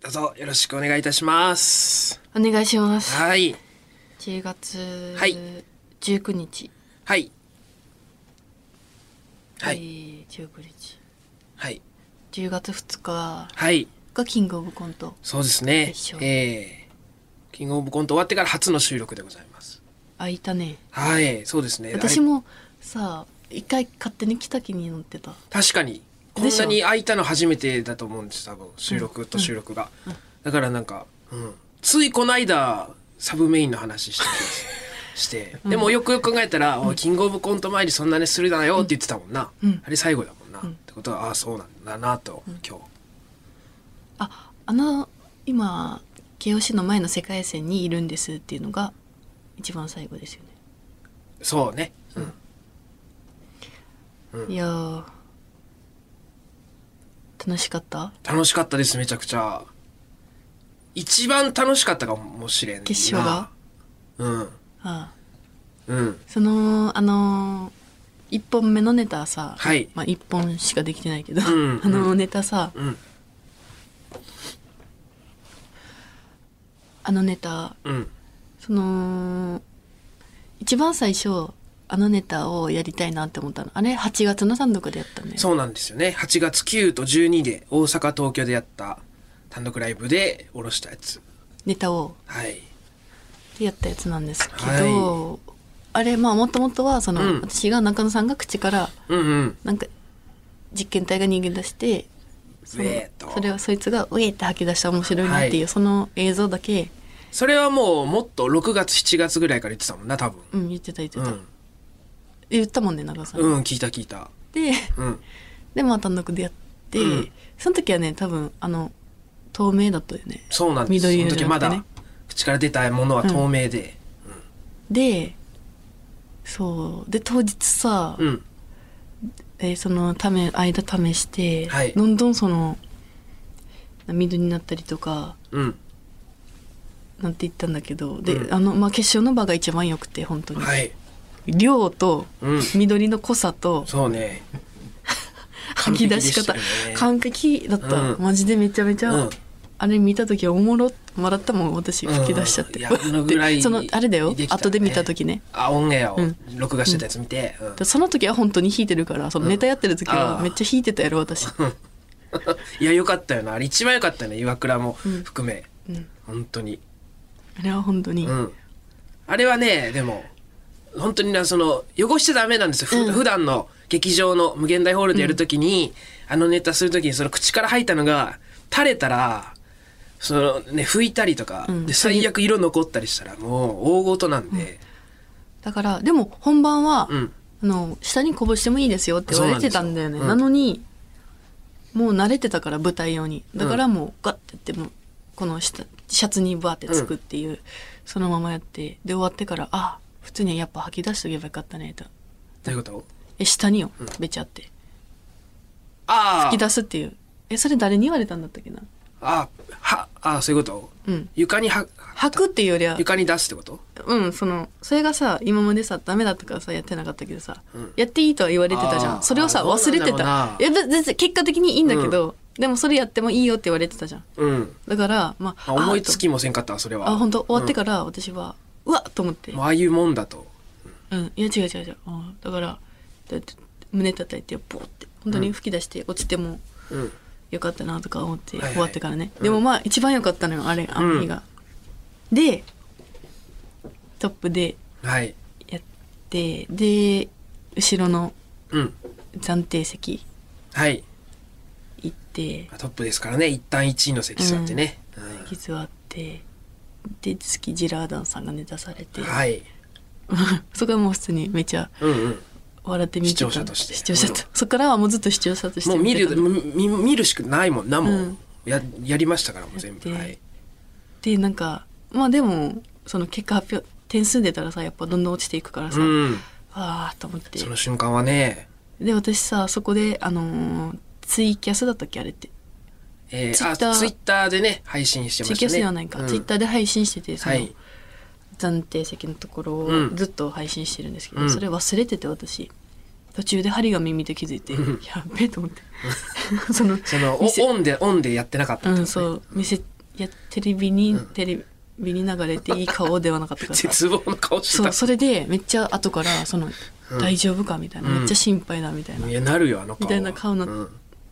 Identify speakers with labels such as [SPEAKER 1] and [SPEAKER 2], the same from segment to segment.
[SPEAKER 1] どうぞよろしくお願いいたします。
[SPEAKER 2] お願いします。
[SPEAKER 1] はい。
[SPEAKER 2] 10月
[SPEAKER 1] はい
[SPEAKER 2] 19日。
[SPEAKER 1] はい。は
[SPEAKER 2] え
[SPEAKER 1] い。
[SPEAKER 2] ー19日。
[SPEAKER 1] はい。
[SPEAKER 2] 10月2日
[SPEAKER 1] はい。
[SPEAKER 2] がキングオブコント。
[SPEAKER 1] そうですね
[SPEAKER 2] 決。勝
[SPEAKER 1] ええキングオブコント終わってから初の収録でございます。
[SPEAKER 2] あ、いたね。
[SPEAKER 1] はい。そうですね。
[SPEAKER 2] 私
[SPEAKER 1] あれ
[SPEAKER 2] もさ、一回勝手に北木に乗ってた。
[SPEAKER 1] 確かに。こんなに空いたの初めてだと思うんです、多分。収録と収録が。だからなんか、うん。ついこの間、サブメインの話してきます。して。でもよくよく考えたら、おいキングオブコント前にそんなにするだよって言ってたもんな。
[SPEAKER 2] うん
[SPEAKER 1] あれ最後だもんな。ってことは、ああ、そうなんだなと、今日。
[SPEAKER 2] あ、あの、今、KOC の前の世界線にいるんですっていうのが、一番最後ですよね。
[SPEAKER 1] そうね。うん。
[SPEAKER 2] いやー、楽しかった
[SPEAKER 1] 楽しかったです、めちゃくちゃ。一番楽しかったかもしれんな。
[SPEAKER 2] 決勝が
[SPEAKER 1] うん。
[SPEAKER 2] ああ
[SPEAKER 1] うん。
[SPEAKER 2] そのあの1本目のネタさ、
[SPEAKER 1] はい
[SPEAKER 2] まあ、1本しかできてないけど、
[SPEAKER 1] ん
[SPEAKER 2] あのネタさ、
[SPEAKER 1] うん
[SPEAKER 2] あのネタ
[SPEAKER 1] うん。
[SPEAKER 2] その一番最初あのネタをやりたいなって思ったのあれ8月の単独でやったね
[SPEAKER 1] そうなんですよね。8月9と12で大阪、東京でやった単独ライブで下ろしたやつ。
[SPEAKER 2] ネタを
[SPEAKER 1] はい。
[SPEAKER 2] やったやつなんですけ
[SPEAKER 1] は
[SPEAKER 2] ど、あれまあもともとはその、
[SPEAKER 1] うん
[SPEAKER 2] 私が中野さんが口から
[SPEAKER 1] うんうん。
[SPEAKER 2] なんか実験体が逃げ出してその
[SPEAKER 1] ウェーと
[SPEAKER 2] それをそいつが「ウェー!」って吐き出したら面白いなっていう、
[SPEAKER 1] はい
[SPEAKER 2] その映像だけ、
[SPEAKER 1] それはもうもっと6月、7月ぐらいから言ってたもんな、多分。
[SPEAKER 2] うん、言ってた言って
[SPEAKER 1] う
[SPEAKER 2] た、
[SPEAKER 1] ん。
[SPEAKER 2] 言ったもんね長野さん、
[SPEAKER 1] うん、聞いた聞いた。
[SPEAKER 2] で
[SPEAKER 1] うん。
[SPEAKER 2] でまあ単独でやって、
[SPEAKER 1] うん
[SPEAKER 2] その時はね多分あの透明だったよね
[SPEAKER 1] そうなんです。
[SPEAKER 2] 緑色
[SPEAKER 1] その
[SPEAKER 2] じ
[SPEAKER 1] 時
[SPEAKER 2] ゃな
[SPEAKER 1] ま
[SPEAKER 2] くてね
[SPEAKER 1] だ口から出たものは透明で。
[SPEAKER 2] でそうで当日さ、
[SPEAKER 1] うん。
[SPEAKER 2] えーそのため間試して、
[SPEAKER 1] はい
[SPEAKER 2] どんどんその緑になったりとか
[SPEAKER 1] うん。
[SPEAKER 2] なんて言ったんだけどで、
[SPEAKER 1] うん
[SPEAKER 2] あのまあ決勝の場が一番良くて本当に、
[SPEAKER 1] はい。
[SPEAKER 2] 量と
[SPEAKER 1] うん
[SPEAKER 2] 緑の濃さと
[SPEAKER 1] そうね。
[SPEAKER 2] 吐き出し方
[SPEAKER 1] 完璧でしたよね
[SPEAKER 2] 完璧だった,、
[SPEAKER 1] うん
[SPEAKER 2] マジでめちゃめちゃ、
[SPEAKER 1] うん
[SPEAKER 2] あれ見た時おもろ笑ったもん私吹き出しちゃって、
[SPEAKER 1] うんいやあのぐらい
[SPEAKER 2] でそのあれだよ
[SPEAKER 1] できたね
[SPEAKER 2] 後で見た時ね
[SPEAKER 1] あ、オンエアを
[SPEAKER 2] うん
[SPEAKER 1] 録画してたやつ見て。うん
[SPEAKER 2] でその時は本当に弾いてるからそのネタやってる時
[SPEAKER 1] あ
[SPEAKER 2] は
[SPEAKER 1] ー
[SPEAKER 2] めっちゃ弾いてたやろ私
[SPEAKER 1] いや、よかったよな。あれ一番よかったよね。岩倉も含め。本当に。
[SPEAKER 2] あれは本当に、
[SPEAKER 1] うん。あれはね、でも、本当にな、その、汚しちゃダメなんですよ。ふ普段の劇場の無限大ホールでやるときに、あのネタするときに、その口から吐いたのが、垂れたら、そのね、拭いたりとか、
[SPEAKER 2] ん
[SPEAKER 1] で最悪色残ったりしたら、もう、大ごとなんで。
[SPEAKER 2] だからでも本番は、
[SPEAKER 1] うん
[SPEAKER 2] あの下にこぼしてもいいですよって言われてたんだよね
[SPEAKER 1] そ
[SPEAKER 2] な
[SPEAKER 1] うなんですようん
[SPEAKER 2] のにもう慣れてたから舞台用にだからもうガッてやってもうこの下シャツにバーってつくっていう、そのままやってで終わってからあ普通にやっぱ吐き出しとけばよかったねと
[SPEAKER 1] どういうこと
[SPEAKER 2] え下によべちゃって
[SPEAKER 1] ああ
[SPEAKER 2] 吹き出すっていうえそれ誰に言われたんだったっけな
[SPEAKER 1] あ、は、あ、そういうこと
[SPEAKER 2] うん
[SPEAKER 1] 床には、
[SPEAKER 2] 吐くっていうよりは
[SPEAKER 1] 床に出すってこと
[SPEAKER 2] うんそのそれがさ今までさダメだったからさやってなかったけどさ、
[SPEAKER 1] ん
[SPEAKER 2] やっていいとは言われてたじ
[SPEAKER 1] あ
[SPEAKER 2] ゃ
[SPEAKER 1] ー
[SPEAKER 2] んそれをさ
[SPEAKER 1] あー
[SPEAKER 2] 忘れて
[SPEAKER 1] どうなんだろ
[SPEAKER 2] た
[SPEAKER 1] うない
[SPEAKER 2] や別別に結果的にいいんだけど、でもそれやってもいいよって言われてたじゃん
[SPEAKER 1] うん。
[SPEAKER 2] だから
[SPEAKER 1] ま
[SPEAKER 2] まあ
[SPEAKER 1] あ思いつきもせんかったわそれは。
[SPEAKER 2] あ本当終わって
[SPEAKER 1] か
[SPEAKER 2] から私は、うわっと思って
[SPEAKER 1] もうああいうもんだと。
[SPEAKER 2] うん、いや違う違う違うあーだからだって胸叩いてボーって本当に吹き出して落ちても
[SPEAKER 1] うん。
[SPEAKER 2] よかったなとか思って
[SPEAKER 1] はいはい
[SPEAKER 2] 終わってからね、
[SPEAKER 1] うん
[SPEAKER 2] でもまあ一番良かったのよあれあの日が、でトップで
[SPEAKER 1] はい。
[SPEAKER 2] やってで後ろの
[SPEAKER 1] うん。
[SPEAKER 2] 暫定席
[SPEAKER 1] はい。
[SPEAKER 2] 行って
[SPEAKER 1] まあトップですからね、一旦1位の席座ってね。うん
[SPEAKER 2] 傷あってで月ジラーダンさんがネタされて、
[SPEAKER 1] はい。
[SPEAKER 2] そこはもう普通にめちゃ
[SPEAKER 1] うんうん。
[SPEAKER 2] 笑って見てた
[SPEAKER 1] 視聴者として
[SPEAKER 2] 視聴者と
[SPEAKER 1] う
[SPEAKER 2] そこからはもうずっと視聴者として
[SPEAKER 1] もう見
[SPEAKER 2] てた
[SPEAKER 1] る、見見るしかないもんな、もう。
[SPEAKER 2] うん
[SPEAKER 1] や、やりましたから、もう全部。
[SPEAKER 2] やっ
[SPEAKER 1] は
[SPEAKER 2] て
[SPEAKER 1] い。
[SPEAKER 2] でなんかまあでもその結果発表点数出たらさやっぱどんどん落ちていくからさ、
[SPEAKER 1] う
[SPEAKER 2] わ
[SPEAKER 1] ん。
[SPEAKER 2] あと思って
[SPEAKER 1] その瞬間はね、
[SPEAKER 2] で私さそこであのーツイキャスだったっけあれって
[SPEAKER 1] えー、
[SPEAKER 2] Twitter
[SPEAKER 1] あ、ツイッターでね、配信してま
[SPEAKER 2] ツ
[SPEAKER 1] したね。
[SPEAKER 2] イキャスではないか、
[SPEAKER 1] うん
[SPEAKER 2] ツイッターで配信しててその、
[SPEAKER 1] はい。
[SPEAKER 2] 暫定席のところ
[SPEAKER 1] う
[SPEAKER 2] を
[SPEAKER 1] ん
[SPEAKER 2] ずっと配信してるんですけど、
[SPEAKER 1] うん
[SPEAKER 2] それ忘れてて私途中で針が耳で気づいて、やっべえ と思ってその
[SPEAKER 1] そのお
[SPEAKER 2] 店
[SPEAKER 1] オンでオンでやってなかった
[SPEAKER 2] う
[SPEAKER 1] ってことね
[SPEAKER 2] んそう店やテレビに、テレビに流れていい顔ではなかった から
[SPEAKER 1] 絶望の顔して
[SPEAKER 2] そう
[SPEAKER 1] た
[SPEAKER 2] それでめっちゃ後からその、
[SPEAKER 1] うん
[SPEAKER 2] 大丈夫かみたいな
[SPEAKER 1] うん
[SPEAKER 2] めっちゃ心配だみたいな、
[SPEAKER 1] いやなるよあの顔は
[SPEAKER 2] みたいな顔な
[SPEAKER 1] うん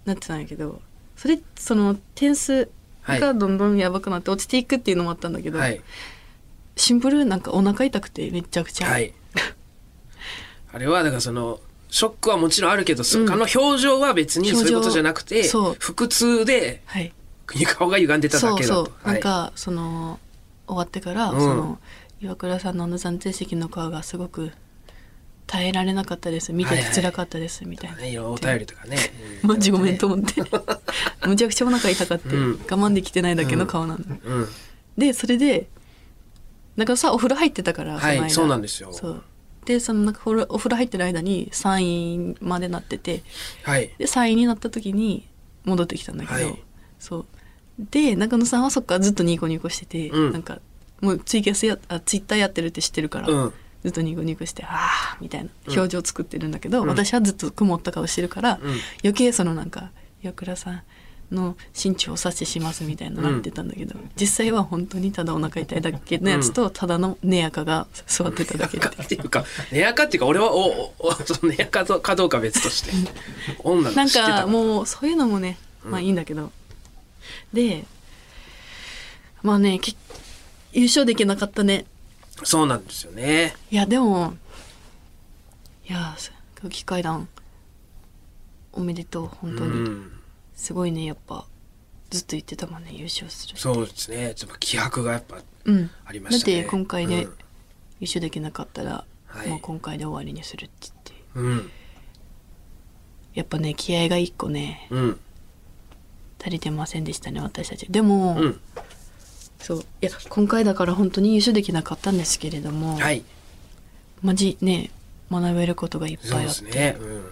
[SPEAKER 2] なってたんやけどそれその点数
[SPEAKER 1] はい
[SPEAKER 2] がどんどんやばくなって落ちていくっていうのもあったんだけど、
[SPEAKER 1] はい
[SPEAKER 2] シンプルなんかお腹痛くてめちゃくちゃ、
[SPEAKER 1] はい あれはだからそのショックはもちろんあるけど、そ
[SPEAKER 2] うん
[SPEAKER 1] あの表情は別に
[SPEAKER 2] 表情
[SPEAKER 1] そういうことじゃなくて
[SPEAKER 2] そう
[SPEAKER 1] 腹痛で
[SPEAKER 2] はい
[SPEAKER 1] 顔が歪んでただ
[SPEAKER 2] そう
[SPEAKER 1] けだ
[SPEAKER 2] そ
[SPEAKER 1] と
[SPEAKER 2] う、
[SPEAKER 1] はい
[SPEAKER 2] なんかその終わってから、
[SPEAKER 1] うん
[SPEAKER 2] その岩倉さんのあの暫定席の顔がすごく耐えられなかったです見てて辛かったです、みたいな、
[SPEAKER 1] ね、いやお便りとかね
[SPEAKER 2] マジごめんと
[SPEAKER 1] う
[SPEAKER 2] 思って むちゃくちゃお腹痛かって、
[SPEAKER 1] うん
[SPEAKER 2] 我慢できてないだけの顔なの、
[SPEAKER 1] うん
[SPEAKER 2] でそれでなんかさお風呂入ってたから
[SPEAKER 1] はい
[SPEAKER 2] の間
[SPEAKER 1] そうなんですよ
[SPEAKER 2] そうでそのなんかお風呂お風呂入ってる間に3位までなってて
[SPEAKER 1] はい
[SPEAKER 2] で3位になった時に戻ってきたんだけど、
[SPEAKER 1] はい
[SPEAKER 2] そうで中野さんはそっからずっとニコニコしてて、
[SPEAKER 1] うん
[SPEAKER 2] なんかもうツイキャスやあツイッターやってるって知ってるから、
[SPEAKER 1] うん
[SPEAKER 2] ずっとニコニコして「ああ」みたいな表情作ってるんだけど、
[SPEAKER 1] うん
[SPEAKER 2] 私はずっと曇った顔してるから、
[SPEAKER 1] うん
[SPEAKER 2] 余計そのなんか岩倉さんの身長を察知しますみたいなのなってたんだけど、実際は本当にただお腹痛いだけのやつと、ただの寝やかが座ってただけ
[SPEAKER 1] 寝
[SPEAKER 2] って
[SPEAKER 1] 垢っていうか 寝垢っていうか俺はおおおその寝垢とかどうかは別と して女
[SPEAKER 2] な
[SPEAKER 1] の
[SPEAKER 2] ん
[SPEAKER 1] 知ってた
[SPEAKER 2] か
[SPEAKER 1] ら
[SPEAKER 2] もうそういうのもねまあいいんだけど、でまあね結優勝できなかったね
[SPEAKER 1] そうなんですよね
[SPEAKER 2] いやでもいや空気階段おめでとう本当に、
[SPEAKER 1] うん
[SPEAKER 2] すごいねやっぱずっと言ってたもんね優勝する
[SPEAKER 1] そうですねちょっと気迫がやっぱ
[SPEAKER 2] うん
[SPEAKER 1] ありま
[SPEAKER 2] だっ
[SPEAKER 1] したね
[SPEAKER 2] て今回で
[SPEAKER 1] うん
[SPEAKER 2] 優勝できなかったら、
[SPEAKER 1] はい
[SPEAKER 2] もう今回で終わりにするって言って
[SPEAKER 1] うん
[SPEAKER 2] やっぱね気合が一個ね
[SPEAKER 1] うん
[SPEAKER 2] 足りてませんでしたね私たちでも、
[SPEAKER 1] うん
[SPEAKER 2] そういや今回だから本当に優勝できなかったんですけれども、
[SPEAKER 1] はい
[SPEAKER 2] マジね学べることがいっ
[SPEAKER 1] そう
[SPEAKER 2] ぱい
[SPEAKER 1] で
[SPEAKER 2] あっ
[SPEAKER 1] す
[SPEAKER 2] て、
[SPEAKER 1] ねうん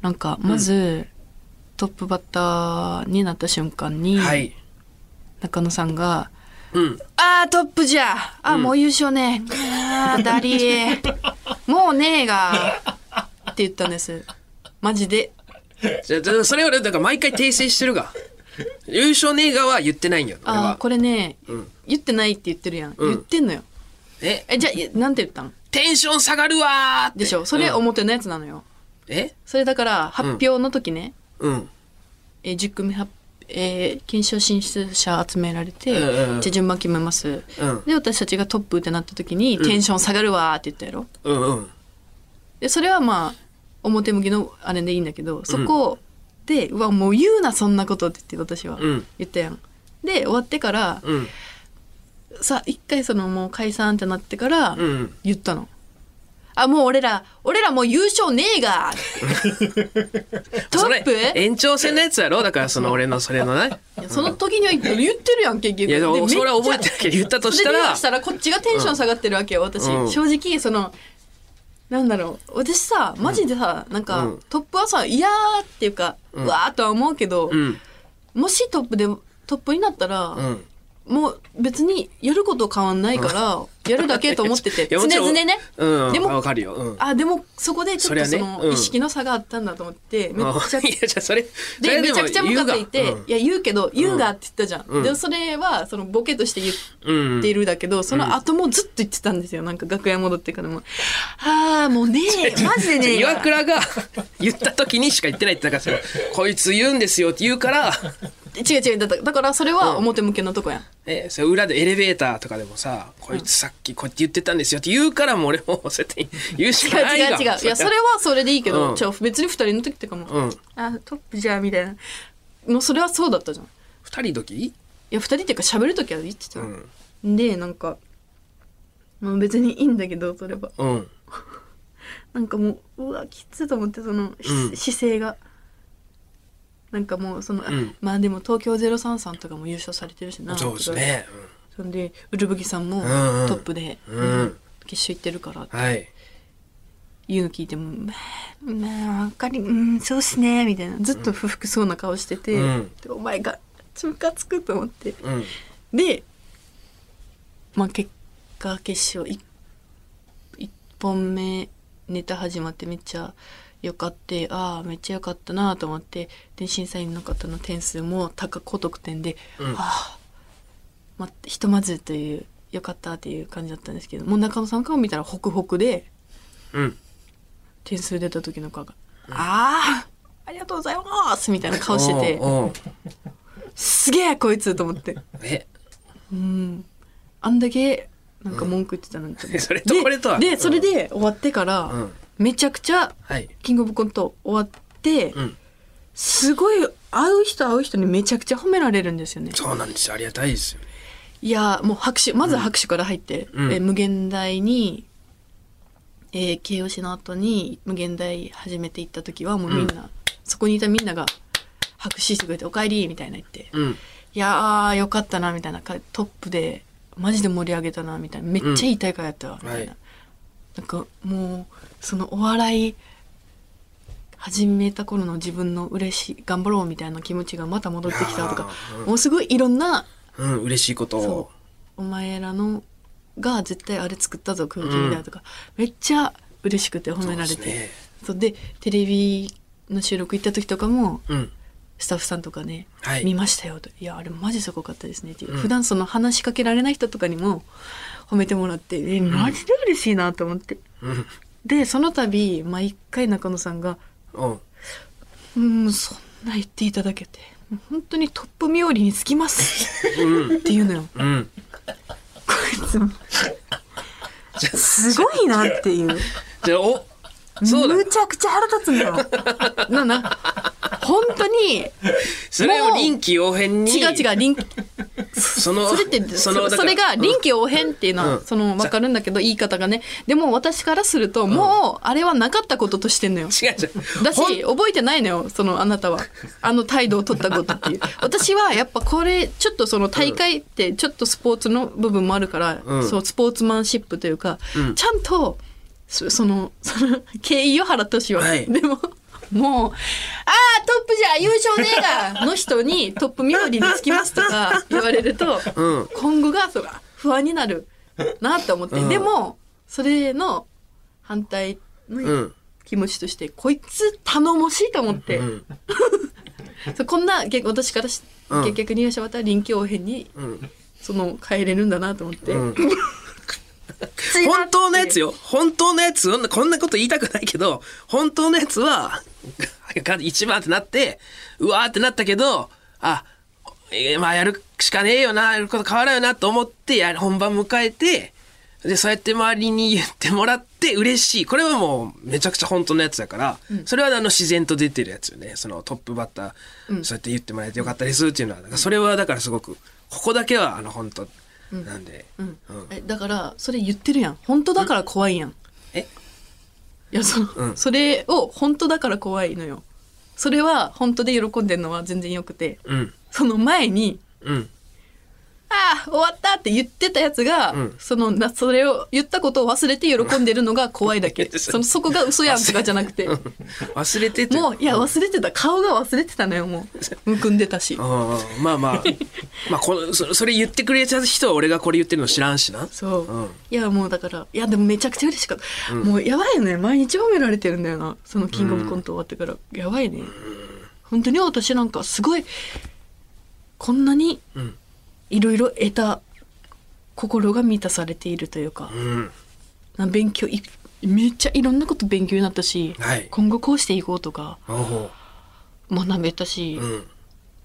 [SPEAKER 2] なんかまず、トップバッターになった瞬間に、
[SPEAKER 1] はい
[SPEAKER 2] 中野さんが
[SPEAKER 1] うん
[SPEAKER 2] 「あートップじゃあ、もう優勝ねあーダリエもうねえが」って言ったんですマジで
[SPEAKER 1] じゃあそれ俺だから毎回訂正してるが優勝ネガは言ってないんよ俺
[SPEAKER 2] ああ
[SPEAKER 1] は
[SPEAKER 2] これね、
[SPEAKER 1] うん
[SPEAKER 2] 言ってないって言ってるやん、
[SPEAKER 1] うん
[SPEAKER 2] 言ってんのよ
[SPEAKER 1] え
[SPEAKER 2] えじゃあいなんて言ったん
[SPEAKER 1] テンション下がるわーって
[SPEAKER 2] でしょそれ
[SPEAKER 1] うん
[SPEAKER 2] 表のやつなのよ、
[SPEAKER 1] え
[SPEAKER 2] それだから発表の時ね、
[SPEAKER 1] うん
[SPEAKER 2] えー10組発えー検証進出者集められて、
[SPEAKER 1] うんうんうん
[SPEAKER 2] じゃあ順番決めます、
[SPEAKER 1] うん
[SPEAKER 2] で私たちがトップってなった時に、テンション下がるわーって言ったやろ
[SPEAKER 1] うんうん
[SPEAKER 2] でそれはまあ表向きのあれでいいんだけどそこで、うわもう言うなそんなことって言って私は、
[SPEAKER 1] うん
[SPEAKER 2] 言ったやんで終わってから、
[SPEAKER 1] うん
[SPEAKER 2] さ一回そのもう解散ってなってから、
[SPEAKER 1] うん
[SPEAKER 2] 言ったの。あ、もう俺ら、俺らもう優勝ねえが ト
[SPEAKER 1] そ
[SPEAKER 2] ッ
[SPEAKER 1] れ
[SPEAKER 2] プ
[SPEAKER 1] 延長戦のやつやろだからその俺のそれのね
[SPEAKER 2] いやその時には言ってるやん、結局。
[SPEAKER 1] いやでも
[SPEAKER 2] めっちゃ
[SPEAKER 1] それは覚えてるけど言ったとしたら
[SPEAKER 2] それで言うしたら、こっちがテンション下がってるわけよ、私。
[SPEAKER 1] うん
[SPEAKER 2] 正直、その、なんだろう。私さ、マジでさ、なんか、
[SPEAKER 1] うん
[SPEAKER 2] トップはさ、いやーっていうか、うわーとは思うけど、
[SPEAKER 1] うん
[SPEAKER 2] もしトップで、トップになったら、
[SPEAKER 1] うん
[SPEAKER 2] もう別にやること変わんないから、やるだけと思ってて、
[SPEAKER 1] いや
[SPEAKER 2] 常
[SPEAKER 1] もちろん
[SPEAKER 2] 々ね。
[SPEAKER 1] うん
[SPEAKER 2] でも
[SPEAKER 1] わかるようん
[SPEAKER 2] あでもそこでちょっと
[SPEAKER 1] そ
[SPEAKER 2] そ
[SPEAKER 1] りゃね
[SPEAKER 2] の
[SPEAKER 1] うん
[SPEAKER 2] 意識の差があったんだと思って、めっちゃ
[SPEAKER 1] いやじゃあそれそ
[SPEAKER 2] で
[SPEAKER 1] れで
[SPEAKER 2] めちゃ
[SPEAKER 1] も
[SPEAKER 2] くちゃムカついて、
[SPEAKER 1] 言うが
[SPEAKER 2] いや言うけど「言うが」って言ったじゃん、
[SPEAKER 1] うん
[SPEAKER 2] でそれはそのボケとして言
[SPEAKER 1] うんうん
[SPEAKER 2] っているだけど、その後もずっと言ってたんですよなんか楽屋戻ってからも「ああもうねえ マジでねえ
[SPEAKER 1] 岩倉が言った時にしか言ってないってだからそのこいつ言うんですよって言うから
[SPEAKER 2] 違う違うだっただからそれは表向けのとこやん、
[SPEAKER 1] えそれ裏でエレベーターとかでもさこいつさっきこうやって言ってたんですよって言うからもう俺もそうやって言うし
[SPEAKER 2] 違
[SPEAKER 1] か
[SPEAKER 2] う
[SPEAKER 1] ない
[SPEAKER 2] 違う
[SPEAKER 1] が
[SPEAKER 2] 違ういやそれはそれでいいけど、
[SPEAKER 1] うん
[SPEAKER 2] ちょ別に二人の時とかも「
[SPEAKER 1] うん
[SPEAKER 2] あートップじゃん」みたいなもうそれはそうだったじゃんい
[SPEAKER 1] 二人時
[SPEAKER 2] や二人っていうか喋る時は言ってた
[SPEAKER 1] う
[SPEAKER 2] の、
[SPEAKER 1] ん
[SPEAKER 2] でなんかもう別にいいんだけどそれは
[SPEAKER 1] うん
[SPEAKER 2] なんかもううわきついと思ってその、し
[SPEAKER 1] うん
[SPEAKER 2] 姿勢がなんかもうその、あ
[SPEAKER 1] うん
[SPEAKER 2] まあでも東京03さんとかも優勝されてるしな
[SPEAKER 1] そうですね
[SPEAKER 2] そんでウルブギさんもト
[SPEAKER 1] んうん
[SPEAKER 2] ップで、
[SPEAKER 1] うん
[SPEAKER 2] 決勝行ってるからって
[SPEAKER 1] うんはい
[SPEAKER 2] 言うの聞いても「まあまあわかりうんそうっすね」みたいなずっと不服そうな顔してて、
[SPEAKER 1] うん
[SPEAKER 2] でお前がムカつくと思って
[SPEAKER 1] うん
[SPEAKER 2] でまあ結果決勝い本目ネタ始まってめっちゃよかってああめっちゃよかったなと思ってで審査員の方の点数も高高得点で、
[SPEAKER 1] うん
[SPEAKER 2] ああ、ま、ひとまずというよかったっていう感じだったんですけどもう中野さんから見たらホクホクで
[SPEAKER 1] うん
[SPEAKER 2] 点数出た時の顔が「ああありがとうございます」みたいな顔してて
[SPEAKER 1] おうおう
[SPEAKER 2] すげえこいつと思って
[SPEAKER 1] え
[SPEAKER 2] うんあんだけなんか文句言ってたのにと思っ て、
[SPEAKER 1] それとこれとは
[SPEAKER 2] ででそれで終わってから、
[SPEAKER 1] うん
[SPEAKER 2] めちゃくちゃ
[SPEAKER 1] はい
[SPEAKER 2] キングオブコント終わって、
[SPEAKER 1] うん
[SPEAKER 2] すごい会う人会う人にめちゃくちゃ褒められるんですよね。
[SPEAKER 1] そうなんですよありがたいですよね
[SPEAKER 2] いやーもう拍手まずは拍手から入って、
[SPEAKER 1] うん
[SPEAKER 2] えー無限大に、えー、慶応市の後に無限大始めていった時はもうみんな、そこにいたみんなが拍手してくれて「おかえり」みたいな言って
[SPEAKER 1] うん
[SPEAKER 2] 「いやーよかったな」みたいなかトップでマジで盛り上げたなみたいなめっちゃいい大会やったわ、みたいな、
[SPEAKER 1] はい
[SPEAKER 2] なんかもうそのお笑い始めた頃の自分の嬉しい頑張ろうみたいな気持ちがまた戻ってきたとか
[SPEAKER 1] あーうん
[SPEAKER 2] もうすごいいろんな
[SPEAKER 1] うん嬉しいことを
[SPEAKER 2] そうお前らのが絶対あれ作ったぞ空気みたいなとか、めっちゃ嬉しくて褒められ
[SPEAKER 1] そ
[SPEAKER 2] て
[SPEAKER 1] うですね
[SPEAKER 2] そうでテレビの収録行った時とかも
[SPEAKER 1] うん
[SPEAKER 2] スタッフさんとかね、
[SPEAKER 1] はい
[SPEAKER 2] 見ましたよと「いやあれマジすごかったですね」っていう、
[SPEAKER 1] うん
[SPEAKER 2] 普段その話しかけられない人とかにも褒めてもらって「えマジで嬉しいな」と思って。
[SPEAKER 1] うん
[SPEAKER 2] でその度毎回中野さんが
[SPEAKER 1] うん
[SPEAKER 2] 「うんそんな言っていただけて本当にトップ冥利につ きます」
[SPEAKER 1] うん
[SPEAKER 2] っていうのよ。
[SPEAKER 1] うん
[SPEAKER 2] こいつもすごいなっていう。
[SPEAKER 1] じゃあおそうだ
[SPEAKER 2] むちゃくちゃ腹立つんだよ。なな本当 に
[SPEAKER 1] それを臨機応変に
[SPEAKER 2] 違う違う臨
[SPEAKER 1] その
[SPEAKER 2] それって
[SPEAKER 1] そ
[SPEAKER 2] そ
[SPEAKER 1] のだから
[SPEAKER 2] それが
[SPEAKER 1] うん
[SPEAKER 2] 臨機応変っていうのは、
[SPEAKER 1] うん
[SPEAKER 2] その分かるんだけど言い方がねでも私からすると、もうあれはなかったこととしてんのよ。
[SPEAKER 1] 違う違う
[SPEAKER 2] だし
[SPEAKER 1] ほん
[SPEAKER 2] 覚えてないのよそのあなたはあの態度を取ったことって いう私はやっぱこれちょっとその大会ってちょっとスポーツの部分もあるから、
[SPEAKER 1] うん
[SPEAKER 2] そうスポーツマンシップというか、
[SPEAKER 1] うん
[SPEAKER 2] ちゃんとそそのその敬意を払ってほしいわ、
[SPEAKER 1] はい
[SPEAKER 2] でももう「あートップじゃ優勝ねえが」の人に「トップ冥利につきます」とか言われると、
[SPEAKER 1] うん
[SPEAKER 2] 今後がそう不安になるなって思って、
[SPEAKER 1] うん
[SPEAKER 2] でもそれの反対の、
[SPEAKER 1] うん
[SPEAKER 2] 気持ちとしてこいつ頼もしいと思って、
[SPEAKER 1] うん
[SPEAKER 2] そうこんな逆私からし、
[SPEAKER 1] うん
[SPEAKER 2] 結局入社また臨機応変に
[SPEAKER 1] うん
[SPEAKER 2] その変えれるんだなと思って、
[SPEAKER 1] うん本当のやつよ本当のやつをこんなこと言いたくないけど本当のやつは一番ってなってうわーってなったけどあえーまあやるしかねえよなやること変わらんよなと思ってや本番迎えてでそうやって周りに言ってもらって嬉しいこれはもうめちゃくちゃ本当のやつだから、それはあの自然と出てるやつよねそのトップバッター、そうやって言ってもらえてよかったですっていうのはだからそれはだからすごくここだけはあの本当なんで、
[SPEAKER 2] うんえだからそれ言ってるやん本当だから怖いやん、い
[SPEAKER 1] え
[SPEAKER 2] やそ,、
[SPEAKER 1] うん
[SPEAKER 2] それを本当だから怖いのよそれは本当で喜んでるのは全然よくて
[SPEAKER 1] うん
[SPEAKER 2] その前に
[SPEAKER 1] うん
[SPEAKER 2] 「ああ終わった!」って言ってたやつが、
[SPEAKER 1] うん
[SPEAKER 2] そのなそれを言ったことを忘れて喜んでるのが怖いだけ
[SPEAKER 1] うん
[SPEAKER 2] そのそこが嘘やんとかじゃなくて
[SPEAKER 1] 忘れてて
[SPEAKER 2] もういや忘れてた顔が忘れてたのよもうむくんでたし
[SPEAKER 1] ああまあ まあまあこのそそれ言ってくれた人は俺がこれ言ってるの知らんしな
[SPEAKER 2] そう、
[SPEAKER 1] うん
[SPEAKER 2] いやもうだからいやでもめちゃくちゃ嬉しかった、もうやばいよね毎日褒められてるんだよなそのキングオブコント終わってから、やばいね本当に私なんかすごいこんなに
[SPEAKER 1] うん
[SPEAKER 2] いろいろ得た心が満たされているというか
[SPEAKER 1] う、ん
[SPEAKER 2] な勉強いめっちゃいろんなこと勉強になったし、
[SPEAKER 1] はい
[SPEAKER 2] 今後こうしていこうとか
[SPEAKER 1] おう
[SPEAKER 2] 学べたし、
[SPEAKER 1] うん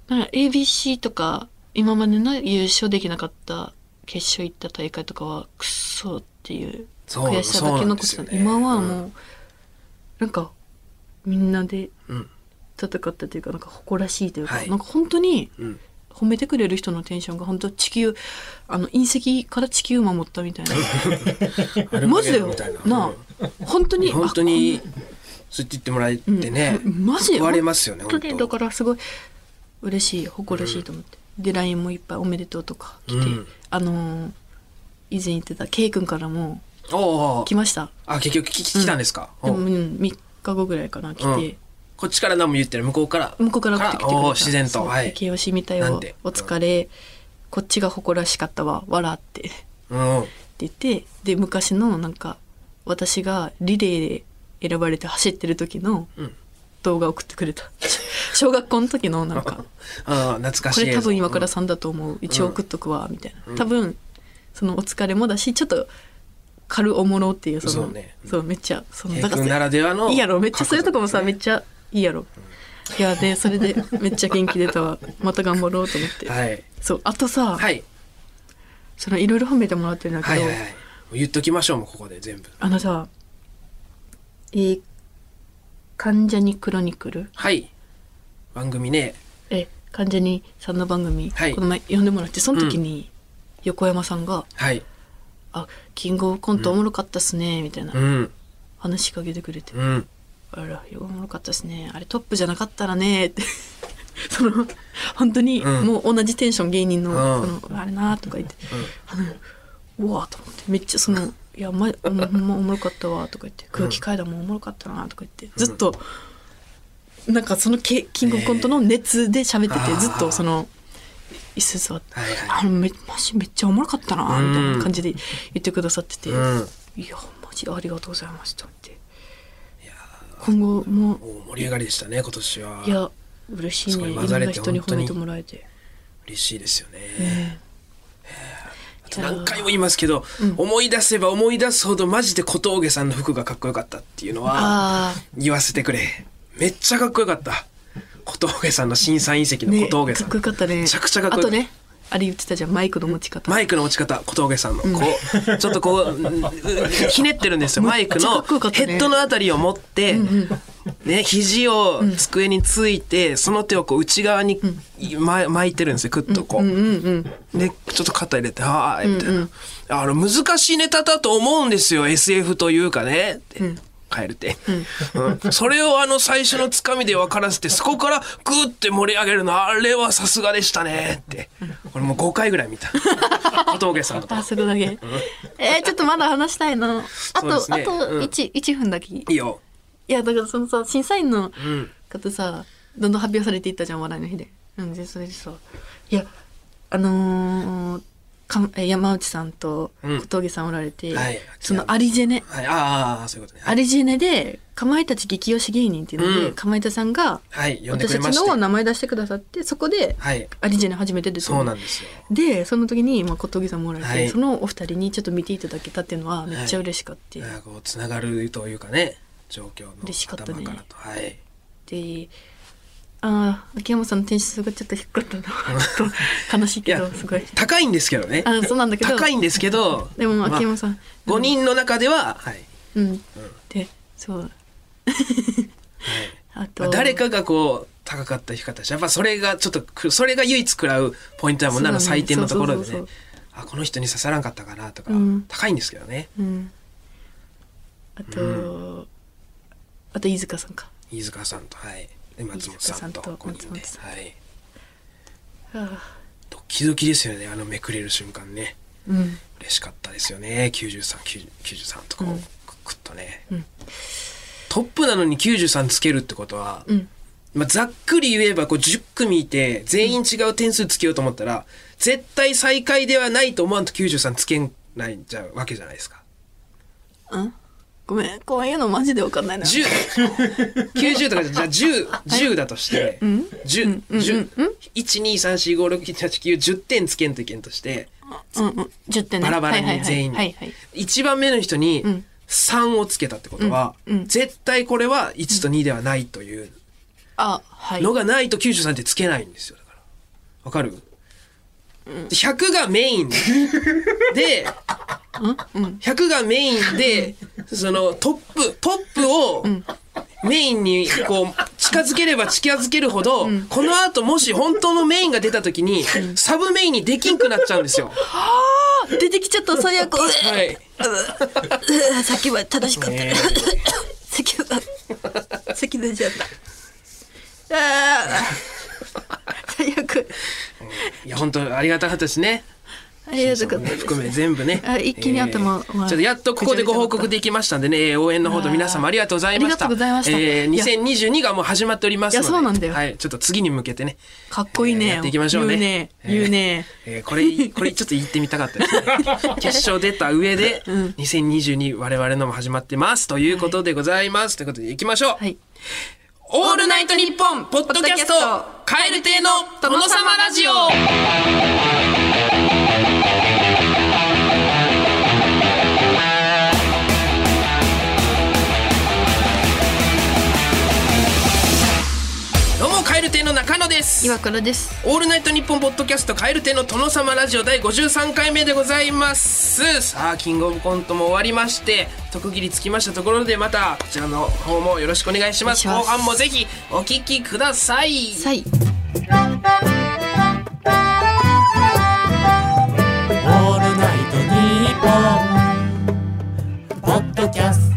[SPEAKER 2] なんか ABC とか今までの優勝できなかった決勝行った大会とかはクソっていう
[SPEAKER 1] そう
[SPEAKER 2] 悔しさだけ残って
[SPEAKER 1] そうなん
[SPEAKER 2] た、
[SPEAKER 1] ですよね
[SPEAKER 2] 今はもう、なんかみんなで
[SPEAKER 1] うん
[SPEAKER 2] 戦ったというかなんか誇らしいというか、
[SPEAKER 1] はい
[SPEAKER 2] なんか本当に
[SPEAKER 1] うん
[SPEAKER 2] 褒めてくれる人のテンションが本当地球あの隕石から地球守ったみたい
[SPEAKER 1] あれ
[SPEAKER 2] な
[SPEAKER 1] も
[SPEAKER 2] マジだよ
[SPEAKER 1] みたいな
[SPEAKER 2] な
[SPEAKER 1] うん
[SPEAKER 2] あ本当に
[SPEAKER 1] 本当にそう言ってもらえてね
[SPEAKER 2] うんマジ
[SPEAKER 1] 救われますよね
[SPEAKER 2] 本当に
[SPEAKER 1] 本
[SPEAKER 2] だ
[SPEAKER 1] 当
[SPEAKER 2] からすごい嬉しい誇らしいと思って、で LINE もいっぱい「おめでとう」とか来て、
[SPEAKER 1] うん
[SPEAKER 2] あのー以前言ってた K 君からも
[SPEAKER 1] おうおう
[SPEAKER 2] 来ました
[SPEAKER 1] あ結局き来たんですか
[SPEAKER 2] で
[SPEAKER 1] お
[SPEAKER 2] も、
[SPEAKER 1] う
[SPEAKER 2] うん、3日後ぐらいかな来て、
[SPEAKER 1] こっちから何も言ってる向こうから
[SPEAKER 2] 向こうから送ってきてくれ
[SPEAKER 1] おう
[SPEAKER 2] た
[SPEAKER 1] 自然
[SPEAKER 2] そ
[SPEAKER 1] と
[SPEAKER 2] う
[SPEAKER 1] はい
[SPEAKER 2] 慶応市みた
[SPEAKER 1] な
[SPEAKER 2] よ
[SPEAKER 1] んて
[SPEAKER 2] お疲れこっちが誇らしかったわ笑って」って
[SPEAKER 1] うん
[SPEAKER 2] 言ってで昔のなんか私がリレーで選ばれて走ってる時の
[SPEAKER 1] うん
[SPEAKER 2] 動画を送ってくれた小学校の時のな んか
[SPEAKER 1] ああ懐か
[SPEAKER 2] こ
[SPEAKER 1] しい
[SPEAKER 2] れ多分今から
[SPEAKER 1] さ、
[SPEAKER 2] さんだと思う一応送っとくわみたいな多分そのお疲れもだしちょっと軽おもろっていうその
[SPEAKER 1] そうねうん
[SPEAKER 2] そうめっちゃそ
[SPEAKER 1] うん
[SPEAKER 2] の
[SPEAKER 1] 平
[SPEAKER 2] だから
[SPEAKER 1] 君ならではの
[SPEAKER 2] いいやろめっちゃそういうとこもさ、
[SPEAKER 1] 角
[SPEAKER 2] め
[SPEAKER 1] 度
[SPEAKER 2] っ
[SPEAKER 1] で
[SPEAKER 2] ちゃいいやろいやでそれでめっちゃ元気出た わまた頑張ろうと思っ
[SPEAKER 1] す
[SPEAKER 2] て、
[SPEAKER 1] ねはい
[SPEAKER 2] そうあとさ、
[SPEAKER 1] はい
[SPEAKER 2] そのいろいろ褒めてもらってるんだ
[SPEAKER 1] は
[SPEAKER 2] け
[SPEAKER 1] い
[SPEAKER 2] ど、
[SPEAKER 1] はいはいもう言っときましょうもうここで全部
[SPEAKER 2] あのさえー関ジャニクロニクル
[SPEAKER 1] はい番組ね
[SPEAKER 2] え関ジャニさんの番組、
[SPEAKER 1] はい
[SPEAKER 2] この前呼んでもらってその時に横山さんが
[SPEAKER 1] はい
[SPEAKER 2] 「あキングオブコントおもろかったっすね」みたいな
[SPEAKER 1] うん
[SPEAKER 2] 話しかけてくれて
[SPEAKER 1] うん
[SPEAKER 2] あら、おもろかったですね。あれトップじゃなかったらね、って。 その、本当に、
[SPEAKER 1] うん
[SPEAKER 2] もう同じテンション芸人の、
[SPEAKER 1] うん
[SPEAKER 2] その、あれなとか言って、あの、うわーと思って、めっちゃその、いや、ま、ほんまほんまおもろかったわ、とか言って、空気階段もおもろかったな、とか言って、ずっと、なんかそのけ、キングオブコントの熱で喋ってて、
[SPEAKER 1] えー
[SPEAKER 2] ずっとその、椅子座って、
[SPEAKER 1] はいはい
[SPEAKER 2] あの、め、マジめっちゃおもろかったな、みたいな感じで言ってくださってて、
[SPEAKER 1] うん
[SPEAKER 2] いや、マジありがとうございましたって。今後も、
[SPEAKER 1] お盛り上がりでしたね今年はい
[SPEAKER 2] や、嬉しい
[SPEAKER 1] すご
[SPEAKER 2] ね。
[SPEAKER 1] い
[SPEAKER 2] い
[SPEAKER 1] 混
[SPEAKER 2] ろ
[SPEAKER 1] ざ
[SPEAKER 2] ん
[SPEAKER 1] れ
[SPEAKER 2] な
[SPEAKER 1] て
[SPEAKER 2] 人に褒めて
[SPEAKER 1] 本当に
[SPEAKER 2] もらえて。
[SPEAKER 1] 嬉しいですよね、
[SPEAKER 2] え
[SPEAKER 1] あと何回も言いますけど、思い出せば思い出すほどマジで小峠さんの服がかっこよかったっていうのは
[SPEAKER 2] あ
[SPEAKER 1] 言わせてくれめっちゃかっこよかった小峠さんの審査員席
[SPEAKER 2] あ、
[SPEAKER 1] の小
[SPEAKER 2] ね、か
[SPEAKER 1] 峠さ
[SPEAKER 2] っ
[SPEAKER 1] ん、
[SPEAKER 2] こよかったね。
[SPEAKER 1] めちゃくちゃかっこ
[SPEAKER 2] あ
[SPEAKER 1] よか
[SPEAKER 2] と
[SPEAKER 1] った
[SPEAKER 2] ね、あれ言ってたじゃん、マイクの持ち方。
[SPEAKER 1] マイクの持ち方小峠さんの、こうちょっとこううんひねってるんですよマイク
[SPEAKER 2] めっちゃか
[SPEAKER 1] の
[SPEAKER 2] っこよかった
[SPEAKER 1] ヘ
[SPEAKER 2] ね
[SPEAKER 1] ッドのあたりを持って、ね、肘を机についてその手をこう内側にま巻いてるんですよクッとこう。
[SPEAKER 2] うんうん。
[SPEAKER 1] でちょっと肩入れて「はーい」みたいな、あの難しいネタだと思うんですよ SF というかね」って。帰るて、うんそれをあの最初のつかみで分からせてそこからグーって盛り上げるのあれはさすがでしたねって俺もう5回ぐらい 見た小峠さんのと
[SPEAKER 2] あそこ だけ。えー、ちょっとまだ話したいな。あ
[SPEAKER 1] そうで
[SPEAKER 2] と、
[SPEAKER 1] すね
[SPEAKER 2] あと
[SPEAKER 1] うん
[SPEAKER 2] 1、一分だけ。い
[SPEAKER 1] いいよ
[SPEAKER 2] や、だからそのさ、審査員の
[SPEAKER 1] うん
[SPEAKER 2] 方さ、どんどん発表されていったじゃん、お笑いの日で。うん、で、それでさ、いや、あのー、かんえ山内さんと
[SPEAKER 1] うん
[SPEAKER 2] 小峠さんおられて、
[SPEAKER 1] はい
[SPEAKER 2] そのアリジェネ、
[SPEAKER 1] はいああそういうことね
[SPEAKER 2] アリジェネで、かまいたち激推し芸人っていうので、
[SPEAKER 1] うん
[SPEAKER 2] かまいたちさんが、
[SPEAKER 1] はい呼んでく
[SPEAKER 2] 私
[SPEAKER 1] れ
[SPEAKER 2] た
[SPEAKER 1] ま
[SPEAKER 2] ち
[SPEAKER 1] した
[SPEAKER 2] の名前出してくださって、そこで、
[SPEAKER 1] はい
[SPEAKER 2] アリジェネ初めて出て
[SPEAKER 1] そうなんですよ
[SPEAKER 2] で、その時に、まあ、小峠さんもおられて、
[SPEAKER 1] はい
[SPEAKER 2] そのお二人にちょっと見ていただけたっていうのは、めっちゃ嬉しかった。
[SPEAKER 1] なんかこうつながるというかね状況の
[SPEAKER 2] 嬉しかったね
[SPEAKER 1] 頭からとはい
[SPEAKER 2] で、ああ、秋山さんの点数がちょっと低かったな。ちょっと 悲しいけど、
[SPEAKER 1] いや
[SPEAKER 2] すごい。
[SPEAKER 1] 高いんですけどね
[SPEAKER 2] あそうなんだけど。
[SPEAKER 1] 高いんですけど
[SPEAKER 2] でも、
[SPEAKER 1] まあ
[SPEAKER 2] 秋山さん。
[SPEAKER 1] 5人の中では、はい
[SPEAKER 2] うん。で、そう。あ
[SPEAKER 1] ま
[SPEAKER 2] と
[SPEAKER 1] あ、、誰かがこう高かった低かったしやっぱそれがちょっとくそれが唯一食らうポイントやもんなの
[SPEAKER 2] そうだね
[SPEAKER 1] 採点のところでね
[SPEAKER 2] そうそうそう
[SPEAKER 1] あこの人に刺さらんかったかなとか、
[SPEAKER 2] うん
[SPEAKER 1] 高いんですけどね
[SPEAKER 2] うん。あと、あと飯塚さんか。
[SPEAKER 1] 飯塚さんとはいで松本さんと
[SPEAKER 2] 飯塚さ
[SPEAKER 1] 5
[SPEAKER 2] んと
[SPEAKER 1] 人で
[SPEAKER 2] 松本さん
[SPEAKER 1] はい
[SPEAKER 2] あ
[SPEAKER 1] ドキドキですよねあのめくれる瞬間ね
[SPEAKER 2] うん。
[SPEAKER 1] 嬉しかったですよね9393 93とこう、
[SPEAKER 2] うん
[SPEAKER 1] クッとね、
[SPEAKER 2] うん
[SPEAKER 1] トップなのに93つけるってことは、
[SPEAKER 2] うん。
[SPEAKER 1] まあ、ざっくり言えばこう10組いて全員違う点数つけようと思ったら、絶対最下位ではないと思わんと93つけないじゃわけじゃないですか。
[SPEAKER 2] うんごめん、こういうのマジでわかんないな。
[SPEAKER 1] 10 90とかじゃあ10 10だとして、10 10 12345678910点つけんといけんとして
[SPEAKER 2] うんうん。10点ね
[SPEAKER 1] バラバラ
[SPEAKER 2] はいは
[SPEAKER 1] に
[SPEAKER 2] いはい
[SPEAKER 1] 全員に、
[SPEAKER 2] はいはい。
[SPEAKER 1] 1番目の人に
[SPEAKER 2] ん
[SPEAKER 1] 3をつけたってことは、
[SPEAKER 2] うんうん
[SPEAKER 1] 絶対これは1と2ではないという
[SPEAKER 2] あ、はい。
[SPEAKER 1] のがないと93ってつけないんですよだからわかる、100がメインで
[SPEAKER 2] うん。
[SPEAKER 1] 100がメインでそのトップトップをメインにこう近づければ近づけるほど、この後もし本当のメインが出た時にサブメインにできんくなっちゃうんですよ。
[SPEAKER 2] あ出てきちゃった、最 悪。うえ
[SPEAKER 1] はい、
[SPEAKER 2] うえさっきは正しかった。
[SPEAKER 1] ね
[SPEAKER 2] 咳 が咳出ちゃった。ああ。最悪。
[SPEAKER 1] いや本当ありがたかったですね。
[SPEAKER 2] あありがたかったです
[SPEAKER 1] 含め全部ね
[SPEAKER 2] あ一気に頭
[SPEAKER 1] えーちょっとやっとここでご報告できましたんでねえー応援のほど皆様ありがとうございました
[SPEAKER 2] あーありがとうございました
[SPEAKER 1] えー
[SPEAKER 2] いや
[SPEAKER 1] 2022がもう始まっておりますので
[SPEAKER 2] いやそうなんだよ
[SPEAKER 1] はい、ちょっと次に向けてね
[SPEAKER 2] かっこいいね
[SPEAKER 1] えーやっていきましょうね
[SPEAKER 2] 言うね
[SPEAKER 1] えー
[SPEAKER 2] 言うね
[SPEAKER 1] えーこ れこれちょっと言ってみたかったですね決勝出た上で、2022我々のも始まってますということでございます、ということでいきましょう、
[SPEAKER 2] はい
[SPEAKER 1] オールナイトニッポンポッドキャストカエル亭の殿様ラジオどうもカエル亭の中野です
[SPEAKER 2] 岩倉です
[SPEAKER 1] オールナイトニッポンポッドキャストカエル亭の殿様ラジオ第53回目でございますさあキングオブコントも終わりまして特切りつきましたところでまたこちらの方もよろしくお願いします
[SPEAKER 2] お願い
[SPEAKER 1] 後
[SPEAKER 2] します
[SPEAKER 1] 半もぜひお聞きください
[SPEAKER 2] はい
[SPEAKER 3] オールナイトニッポン」ポッドキャスト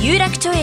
[SPEAKER 4] 有楽町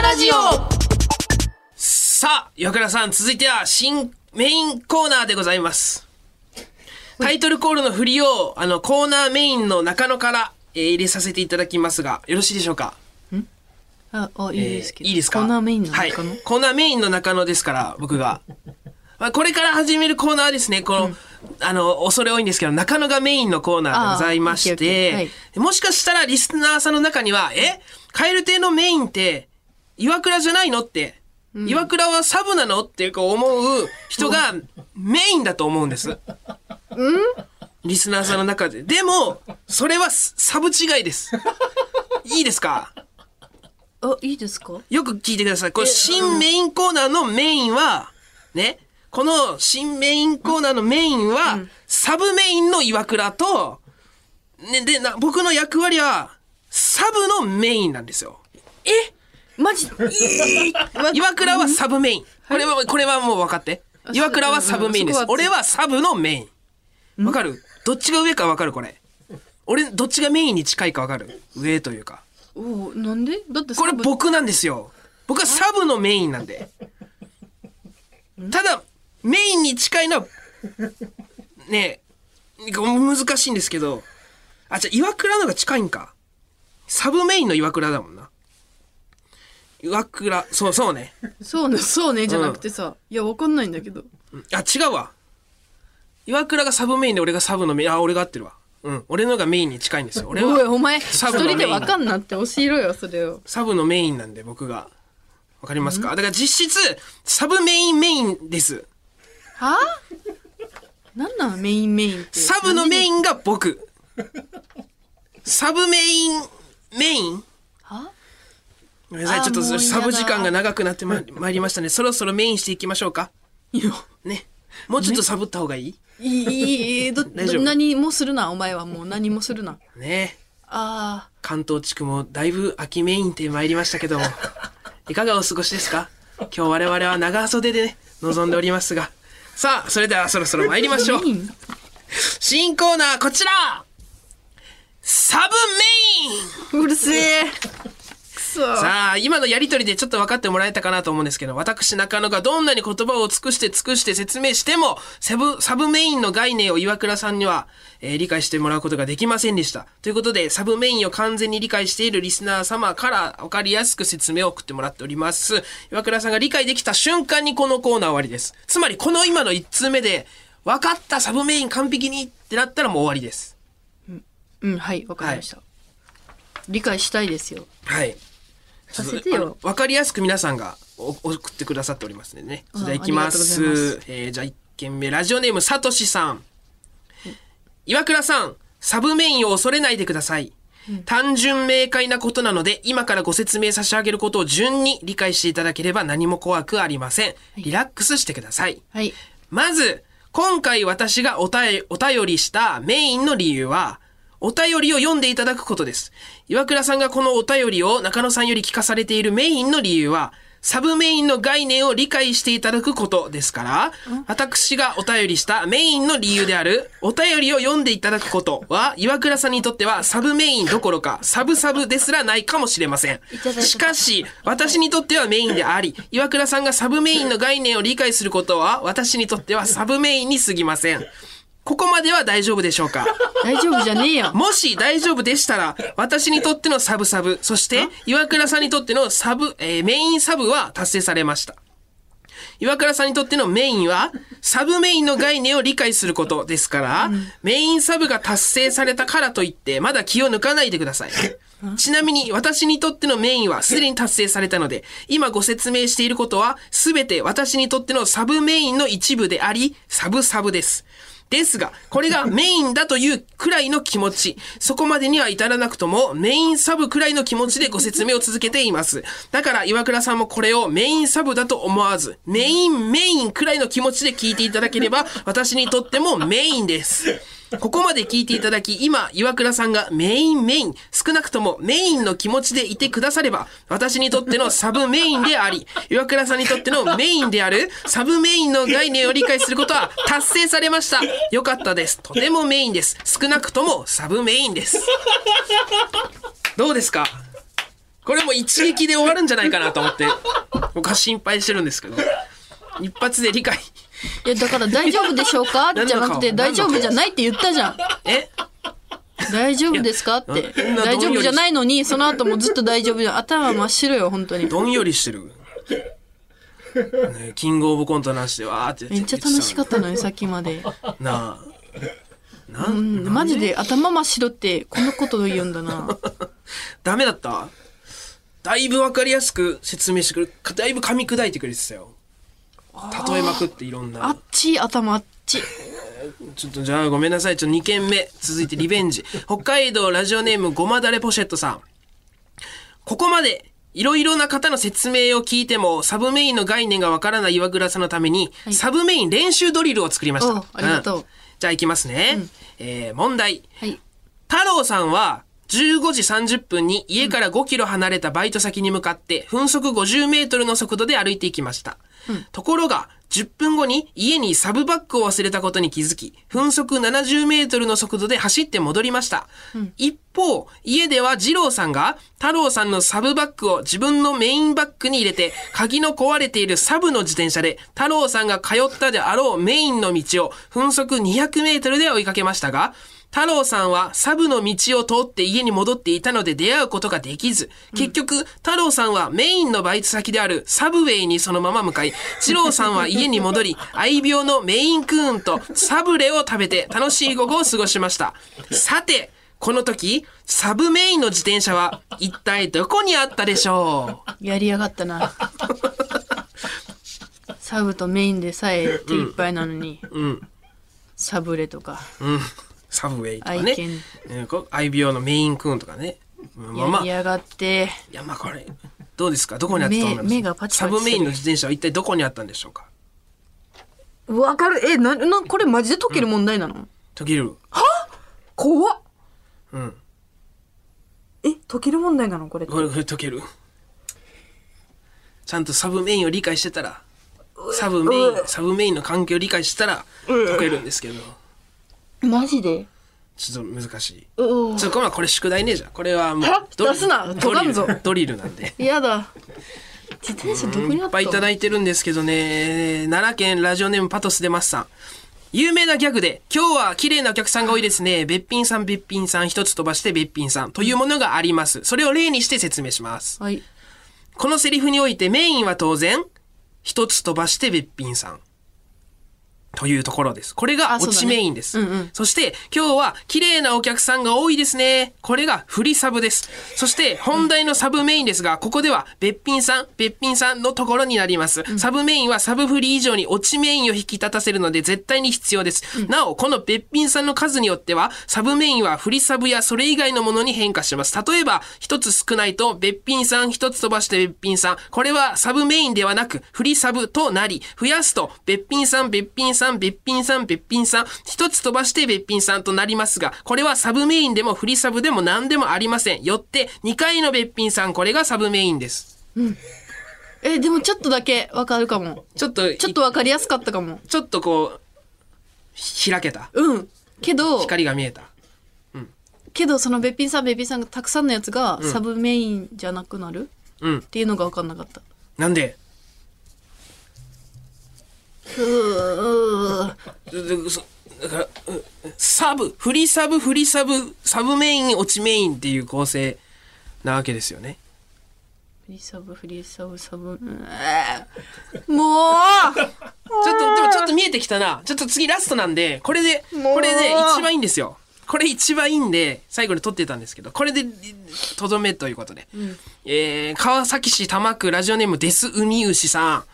[SPEAKER 5] ラジオ
[SPEAKER 1] さあ岩倉さん続いては新メインコーナーでございますタイトルコールの振りをあのコーナーメインの中野から、えー入れさせていただきますがよろしいでしょうか
[SPEAKER 2] ああいいですけど、
[SPEAKER 1] えーいいですか
[SPEAKER 2] こんなメインなのか
[SPEAKER 1] はい、
[SPEAKER 2] な、
[SPEAKER 1] コーナーメインの中野ですから僕が、 まあ、これから始めるコーナーですねこの、あの恐れ多いんですけど中野がメインのコーナーでございまし
[SPEAKER 2] あーオッケーオッケ
[SPEAKER 1] て、
[SPEAKER 2] ーはい
[SPEAKER 1] もしかしたらリスナーさんの中には「えカエル亭のメインって岩倉じゃないの?」って。岩倉はサブなのっていうか思う人がメインだと思うんです。リスナーさんの中で。でも、それはサブ違いです。いいですか
[SPEAKER 2] あいいですか
[SPEAKER 1] よく聞いてください。これ新メインコーナーのメインは、ね、この新メインコーナーのメインは、サブメインの岩倉と、ね、で、な僕の役割は、サブのメインなんですよ。
[SPEAKER 2] マジいい
[SPEAKER 1] 岩倉はサブメイン。これは、これはもう分かって。岩倉はサブメインです
[SPEAKER 2] そ。こは
[SPEAKER 1] 俺はサブのメイン。わかるどっちが上かわかるこれ。俺、どっちがメインに近いかわかる上というか。
[SPEAKER 2] おーなんでだって
[SPEAKER 1] これ
[SPEAKER 2] サブ
[SPEAKER 1] 僕なんですよ。僕はサブのメインなんで。ただ、メインに近いのは、ねえ、ご難しいんですけど、あ、じゃあ岩倉のが近いんか。サブメインの岩倉だもんな。岩倉、そうそうね。
[SPEAKER 2] そうねそうねじゃなくてさ、いやわかんないんだけど
[SPEAKER 1] あ、違うわ。岩倉がサブメインで俺がサブのメイン、あ、俺が合ってるわ。うん。俺のがメインに近いんですよ。俺
[SPEAKER 2] おいお
[SPEAKER 1] は
[SPEAKER 2] 前
[SPEAKER 1] サ
[SPEAKER 2] 一
[SPEAKER 1] ブのメイン
[SPEAKER 2] 人でわかんなって教えろよそれを
[SPEAKER 1] サブのメインなんで僕が。わかりますかだから実質、サブメインメインです。
[SPEAKER 2] はあなんなんメインメインって
[SPEAKER 1] サブのメインが僕。サブメイン、メイン
[SPEAKER 2] は
[SPEAKER 1] ごめんなさい、
[SPEAKER 2] あー
[SPEAKER 1] ちょっと
[SPEAKER 2] もう嫌だ
[SPEAKER 1] サブ時間が長くなってままいりましたね。そろそろメインしていきましょうか。
[SPEAKER 2] いや
[SPEAKER 1] ね。もうちょっとサブった方がいい
[SPEAKER 2] いいいいいど
[SPEAKER 1] 大丈夫
[SPEAKER 2] ど何もするなお前はもう何もするな
[SPEAKER 1] ね。
[SPEAKER 2] あ
[SPEAKER 1] 関東地区もだいぶ秋メインってまいりましたけど も、いかがお過ごしですか今日我々は長袖でね、臨んでおりますが。さあ、それではそろそろ参りましょう
[SPEAKER 2] ー。メイン
[SPEAKER 1] 新コーナーこちらサブメイン
[SPEAKER 2] うるせえくそ
[SPEAKER 1] さあ、今のやりとりでちょっと分かってもらえたかなと思うんですけど、私中野がどんなに言葉を尽くして尽くして説明しても、セブ、サブメインの概念を岩倉さんには、えー理解してもらうことができませんでした。ということで、サブメインを完全に理解しているリスナー様から分かりやすく説明を送ってもらっております。岩倉さんが理解できた瞬間にこのコーナー終わりです。つまり、この今の1通目で、分かったサブメイン完璧にってなったらもう終わりです。
[SPEAKER 2] うんはいわかりました、理解したいですよ
[SPEAKER 1] はい。
[SPEAKER 2] させてよ
[SPEAKER 1] わかりやすく皆さんがお送ってくださっておりますねね。
[SPEAKER 2] うん
[SPEAKER 1] じゃあ行きます。
[SPEAKER 2] ありがとうござい
[SPEAKER 1] えーじゃあ一件目、ラジオネームさとしさん。岩倉さん、サブメインを恐れないでください。単純明快なことなので、今からご説明差し上げることを順に理解していただければ何も怖くありません。リラックスしてください。
[SPEAKER 2] はい
[SPEAKER 1] まず、今回私がおたえお便りしたメインの理由は、お便りを読んでいただくことです。岩倉さんがこのお便りを中野さんより聞かされているメインの理由は、サブメインの概念を理解していただくことですから、私がお便りしたメインの理由である、お便りを読んでいただくことは、岩倉さんにとってはサブメインどころか、サブサブですらないかもしれません
[SPEAKER 6] ただい。た
[SPEAKER 1] しかし、私にとってはメインであり、岩倉さんがサブメインの概念を理解することは、私にとってはサブメインに過ぎません。ここまでは大丈夫でしょうか
[SPEAKER 2] 大丈夫じゃねえよ。
[SPEAKER 1] もし大丈夫でしたら、私にとってのサブサブ、そして岩倉さんにとってのサブ、えーメインサブは達成されました。岩倉さんにとってのメインは、サブメインの概念を理解することですから、メインサブが達成されたからといって、まだ気を抜かないでください。ちなみに、私にとってのメインはすでに達成されたので、今ご説明していることは、すべて私にとってのサブメインの一部であり、サブサブです。ですが、これがメインだというくらいの気持ち、そこまでには至らなくとも、メインサブくらいの気持ちでご説明を続けています。だから、岩倉さんもこれをメインサブだと思わず、メインメインくらいの気持ちで聞いていただければ、私にとってもメインです。ここまで聞いていただき、今、岩倉さんがメインメイン、少なくともメインの気持ちでいてくだされば、私にとってのサブメインであり、岩倉さんにとってのメインである、サブメインの概念を理解することは達成されました。よかったです。とてもメインです。少なくともサブメインです。どうですかこれも一撃で終わるんじゃないかなと思って、僕は心配してるんですけど、一発で理解。
[SPEAKER 2] いや、だから大丈夫でしょうか
[SPEAKER 1] 何の顔
[SPEAKER 2] じゃなくて、
[SPEAKER 1] 何
[SPEAKER 2] 大
[SPEAKER 1] の
[SPEAKER 2] 丈
[SPEAKER 1] 顔
[SPEAKER 2] 夫じゃないって言ったじゃん。
[SPEAKER 1] え
[SPEAKER 2] 大丈夫ですかって
[SPEAKER 1] いやな。
[SPEAKER 2] 大丈夫じゃないのに、その後もずっと大丈夫じゃん。頭真っ白よ、本当に。
[SPEAKER 1] どんよりしてる。ね、キングオブコントなしでわーって
[SPEAKER 2] めっちゃ楽しかったのに、さっきまで。
[SPEAKER 1] た。なあ。
[SPEAKER 2] うん、マジで頭真っ白って、このことを言うん だな。
[SPEAKER 1] ダメだっただいぶわかりやすく説明してくれ、かだいぶ噛み砕いてくれてたよ。例えまくっていろん
[SPEAKER 2] あ
[SPEAKER 1] な
[SPEAKER 2] っ。ち、頭あっち。
[SPEAKER 1] ちょっとじゃあごめんなさい。ちょっと2件目。続いてリベン ジ。北海道ラジオネームごまだれポシェットさん。ここまで、いろいろな方の説明を聞いても、サブメインの概念がわからない岩倉さんのために、サブメイン練習ドリルを作りました。
[SPEAKER 2] おうありがとうん
[SPEAKER 1] じゃあ行きますね。えー問題。
[SPEAKER 2] はい。
[SPEAKER 1] 太郎さんは、15時30分に家から5キロ離れたバイト先に向かって、分速50メートルの速度で歩いていきました。ところが、10分後に家にサブバッグを忘れたことに気づき、分速70メートルの速度で走って戻りました。一方、家では二郎さんが、太郎さんのサブバッグを自分のメインバッグに入れて、鍵の壊れているサブの自転車で、太郎さんが通ったであろうメインの道を、分速200メートルで追いかけましたが、太郎さんはサブの道を通って家に戻っていたので出会うことができず、結局、太郎さんはメインのバイト先であるサブウェイにそのまま向かい、二郎さんは家に戻 り、愛病のメインクーンとサブレを食べて楽しい午後を過ごしました。さて、この時、サブメインの自転車は一体どこにあったでしょう
[SPEAKER 2] やりやがったな。サブとメインでさえ手いっぱいなのに、
[SPEAKER 1] ん
[SPEAKER 2] サブレとか、
[SPEAKER 1] サブウェイとか
[SPEAKER 2] 愛
[SPEAKER 1] ね
[SPEAKER 2] 犬。
[SPEAKER 1] うんこう愛病のメインクーンとかね。うんまあま
[SPEAKER 2] や
[SPEAKER 1] あ
[SPEAKER 2] りやがって、
[SPEAKER 1] いやまあこれどうですかどこにあったと思います
[SPEAKER 2] 目目がパチパチす
[SPEAKER 1] サ
[SPEAKER 2] る
[SPEAKER 1] ブメインの自転車は一体どこにあったんでしょうか
[SPEAKER 2] わかるえ、な、な、これマジで解ける問題なの、
[SPEAKER 1] 途切る
[SPEAKER 2] 怖っ
[SPEAKER 1] うん
[SPEAKER 2] え、解ける問題なのこれ。
[SPEAKER 1] これこれ解けるちゃんとサブメインを理解してたらサブメインサブメインの環境を理解したら解けるんですけど
[SPEAKER 2] マジで
[SPEAKER 1] ちょっと難しいう
[SPEAKER 2] お
[SPEAKER 1] ちょっとまあこれ宿題ねえじゃんこれはもう
[SPEAKER 2] は
[SPEAKER 1] ドリル
[SPEAKER 2] 出すな
[SPEAKER 1] ドリ
[SPEAKER 2] 咎む
[SPEAKER 1] ル
[SPEAKER 2] ぞ
[SPEAKER 1] ドリルなんで
[SPEAKER 2] やだ。自転車どこにあ
[SPEAKER 1] い
[SPEAKER 2] っ
[SPEAKER 1] っぱ
[SPEAKER 2] た
[SPEAKER 1] いいただいてるんですけどね奈良県ラジオネームパトスでますさん有名なギャグで、今日は綺麗なお客さんが多いですね。べっぴんさん、べっぴんさん、一つ飛ばしてべっぴんさんというものがあります。それを例にして説明します。
[SPEAKER 2] はい。
[SPEAKER 1] このセリフにおいてメインは当然、一つ飛ばしてべっぴんさん。というところです。これが
[SPEAKER 2] あそう
[SPEAKER 1] 落
[SPEAKER 2] だ
[SPEAKER 1] ち
[SPEAKER 2] ね
[SPEAKER 1] メインです。そ
[SPEAKER 2] うんうん
[SPEAKER 1] して、今日は綺麗なお客さんが多いですね。これが振りサブです。そして、本題のサブメインですが、ここでは、べっぴんさん、べっぴんさんのところになります。サブメインはサブフリー以上に落ちメインを引き立たせるので、絶対に必要です。なお、このべっぴんさんの数によっては、サブメインは振りサブやそれ以外のものに変化します。例えば、一つ少ないと、べっぴんさん、一つ飛ばしてべっぴんさん。これはサブメインではなく、振りサブとなり、増やすと、べっぴんさん、べっぴんさんさん、べっぴんさん、べっぴんさん、一つ飛ばしてべっぴんさんとなりますが、これはサブメインでもフリサブでも何でもありません。よって、2回のべっぴんさん、これがサブメインです。
[SPEAKER 2] えでもちょっとだけわかるかも
[SPEAKER 1] ちょっと、
[SPEAKER 2] ちょっとわかりやすかったかも
[SPEAKER 1] ちょっとこう、ひ開けた。
[SPEAKER 2] うんけど
[SPEAKER 1] 光が見えた。
[SPEAKER 2] けどそのべっぴんさんべっぴんさんがたくさんのやつがサブメインじゃなくなる
[SPEAKER 1] うん
[SPEAKER 2] っ。ていうのが分かんなかった
[SPEAKER 1] なんで
[SPEAKER 2] うー
[SPEAKER 1] ううそだからうサブ、フリサブ、フリサブ、サブメイン、落ちメインっていう構成なわけですよね。
[SPEAKER 2] フリーサブフリーサブサブうーもう
[SPEAKER 1] ちょっと、でもちょっと見えてきたな。ちょっと次ラストなんで、これで、これで一番いいんですよ。これ一番いいんで、最後に撮ってたんですけど、これで、とどめということで。えー、川崎市多摩区ラジオネームデスウミウシさん。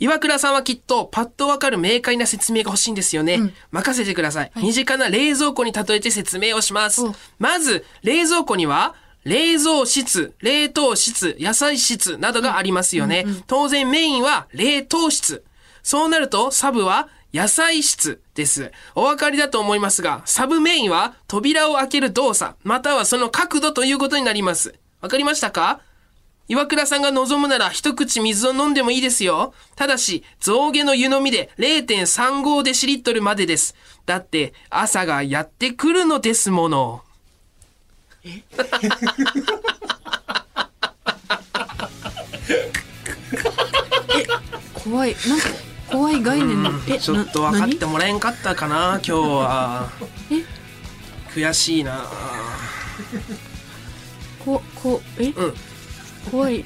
[SPEAKER 1] 岩倉さんはきっとパッとわかる明快な説明が欲しいんですよね。任せてください。身近な冷蔵庫に例えて説明をします
[SPEAKER 2] お。
[SPEAKER 1] まず、冷蔵庫には、冷蔵室、冷凍室、野菜室などがありますよね。当然メインは冷凍室。そうなると、サブは野菜室です。お分かりだと思いますが、サブメインは扉を開ける動作、またはその角度ということになります。わかりましたか岩倉さんが望むなら一口水を飲んでもいいですよ。ただし、増下の湯飲みで0.35デシリットルまでです。だって、朝がやってくるのですもの。
[SPEAKER 2] 怖いなんか怖い概念のえ
[SPEAKER 1] ちょっと
[SPEAKER 2] な
[SPEAKER 1] 分かっ
[SPEAKER 2] 何
[SPEAKER 1] てもらえんかったかな、今日は。
[SPEAKER 2] え
[SPEAKER 1] 悔しいな。
[SPEAKER 2] ここえ、
[SPEAKER 1] ん
[SPEAKER 2] 怖い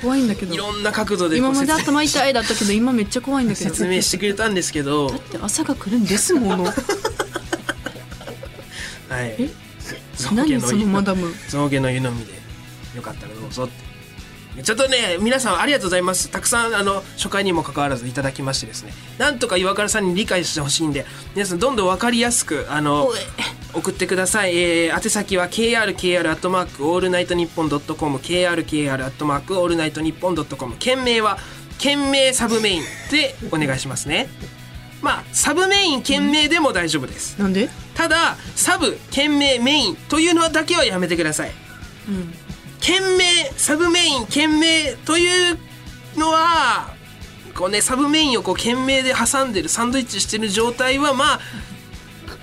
[SPEAKER 2] 怖いんだけど
[SPEAKER 1] いろんな角度で
[SPEAKER 2] 今
[SPEAKER 1] ご
[SPEAKER 2] ま
[SPEAKER 1] 説
[SPEAKER 2] で
[SPEAKER 1] 明
[SPEAKER 2] 頭痛いだったけど今めっちゃ怖いんだけど
[SPEAKER 1] 説明してくれたんですけど
[SPEAKER 2] だ、って朝が来るんですもの
[SPEAKER 1] はい
[SPEAKER 2] え。
[SPEAKER 1] 造
[SPEAKER 2] 何そのマダム
[SPEAKER 1] 象牙の湯飲みでよかったらどうぞってちょっとね皆さんありがとうございますたくさんあの初回にもかかわらずいただきましてですねなんとか岩倉さんに理解してほしいんで皆さんどんどん分かりやすくあの送ってください、えー、宛先は krkr アットマークオールナイトニッポンドットコム krkr アットマークオールナイトニッポンドットコム件名は件名サブメインでお願いしますねまあサブメイン件名でも大丈夫です
[SPEAKER 2] なんで
[SPEAKER 1] ただサブ件名メインというのだけはやめてください、件名サブメイン件名というのはこうねサブメインをこう件名で挟んでるサンドイッチしてる状態はまあ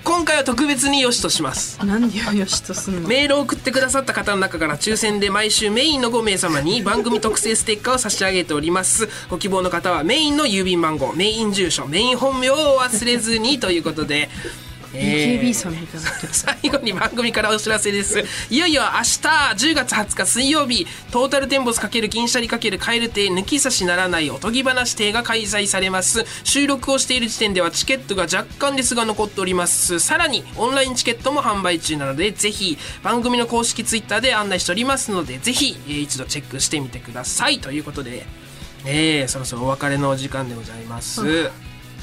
[SPEAKER 1] 今回は特別に良しとします
[SPEAKER 2] なんでよよしとすんの
[SPEAKER 1] メールを送ってくださった方の中から抽選で毎週メインの5名様に番組特製ステッカーを差し上げておりますご希望の方はメインの郵便番号メイン住所メイン本名を忘れずにということで
[SPEAKER 2] AKB さんみたいな
[SPEAKER 1] 最後に番組からお知らせですいよいよ明日10月20日水曜日トータルテンボス×銀シャリ×カエル亭抜き差しならないおとぎ話亭が開催されます収録をしている時点ではチケットが若干ですが残っておりますさらにオンラインチケットも販売中なのでぜひ番組の公式ツイッターで案内しておりますのでぜひ、えー一度チェックしてみてくださいということでえー、そろそろお別れのお時間でございます、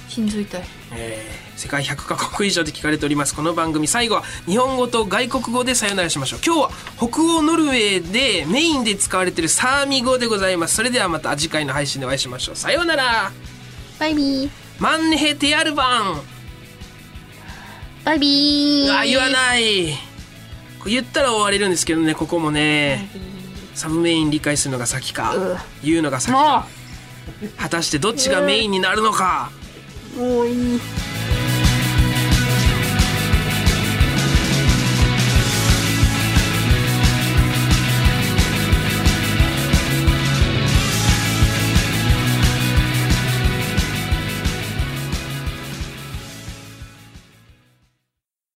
[SPEAKER 2] 心臓痛い
[SPEAKER 1] えー世界100カ国以上で聞かれておりますこの番組最後は日本語と外国語でさよならしましょう今日は北欧ノルウェーでメインで使われているサーミ語でございますそれではまた次回の配信でお会いしましょうさようなら
[SPEAKER 5] バイビー
[SPEAKER 1] マンネヘテアルバン
[SPEAKER 5] バイビー
[SPEAKER 1] あ言わないこれ言ったら終われるんですけどねここもねサブメイン理解するのが先か言うのが先か果たしてどっちがメインになるのか
[SPEAKER 2] もういい